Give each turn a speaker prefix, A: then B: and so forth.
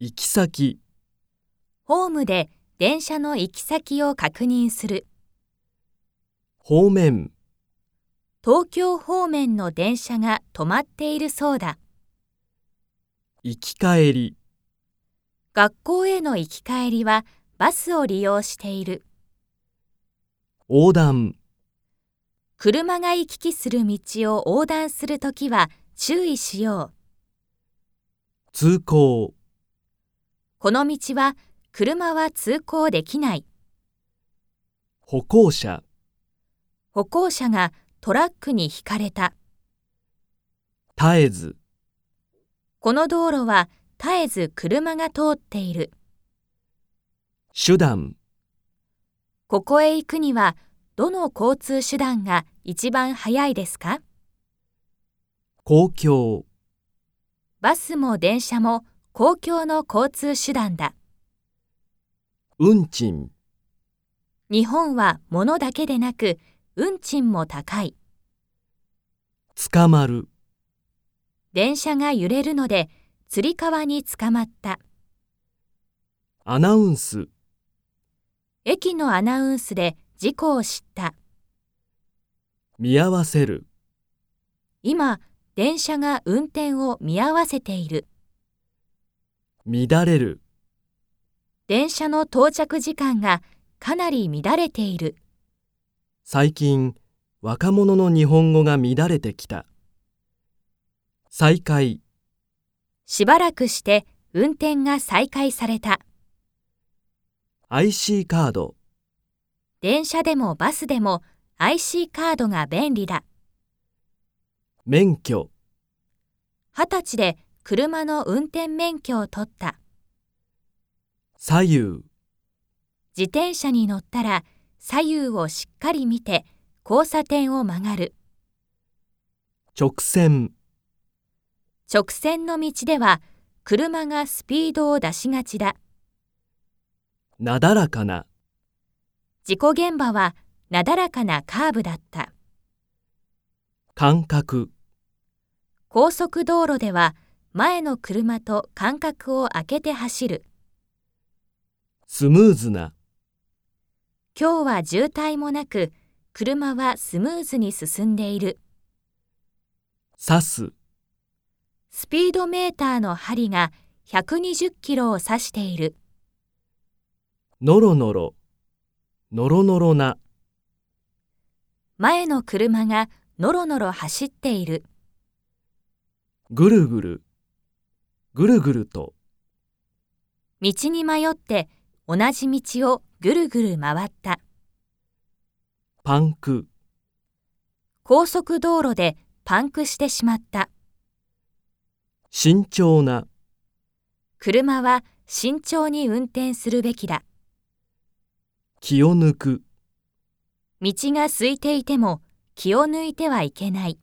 A: 行き先、
B: ホームで電車の行き先を確認する。
A: 方面、
B: 東京方面の電車が止まっているそうだ。
A: 行き帰り、
B: 学校への行き帰りはバスを利用している。
A: 横断、
B: 車が行き来する道を横断するときは注意しよう。
A: 通行、
B: この道は車は通行できない。
A: 歩行者、
B: 歩行者がトラックにひかれた。
A: 絶えず、
B: この道路は絶えず車が通っている。
A: 手段、
B: ここへ行くにはどの交通手段が一番早いですか
A: 公共、
B: バスも電車も公共の交通手段だ。
A: 運賃、
B: 日本は物だけでなく運賃も高い。
A: 捕まる、
B: 電車が揺れるのでつり革につかまった。
A: アナウンス、
B: 駅のアナウンスで事故を知った。
A: 見合わせる、
B: 今、電車が運転を見合わせている。
A: 乱れる、
B: 電車の到着時間がかなり乱れている。
A: 最近、若者の日本語が乱れてきた。再開、
B: しばらくして運転が再開された。
A: IC カード、
B: 電車でもバスでも IC カードが便利だ。
A: 免許、
B: 二十歳で車の運転免許を取った。
A: 左右、
B: 自転車に乗ったら左右をしっかり見て交差点を曲がる。
A: 直線、
B: 直線の道では車がスピードを出しがちだ。
A: なだらかな、
B: 事故現場はなだらかなカーブだった。
A: 感覚、
B: 高速道路では前の車と間隔を空けて走る。
A: スムーズな、
B: 今日は渋滞もなく、車はスムーズに進んでいる。
A: 刺す、
B: スピードメーターの針が120キロを指している。
A: のろのろ、のろのろな、
B: 前の車がノロノロ走っている。
A: ぐるぐる、ぐるぐると、
B: 道に迷って同じ道をぐるぐる回った。
A: パンク、
B: 高速道路でパンクしてしまった。
A: 慎重な、
B: 車は慎重に運転するべきだ。
A: 気を抜く。
B: 道が空いていても気を抜いてはいけない。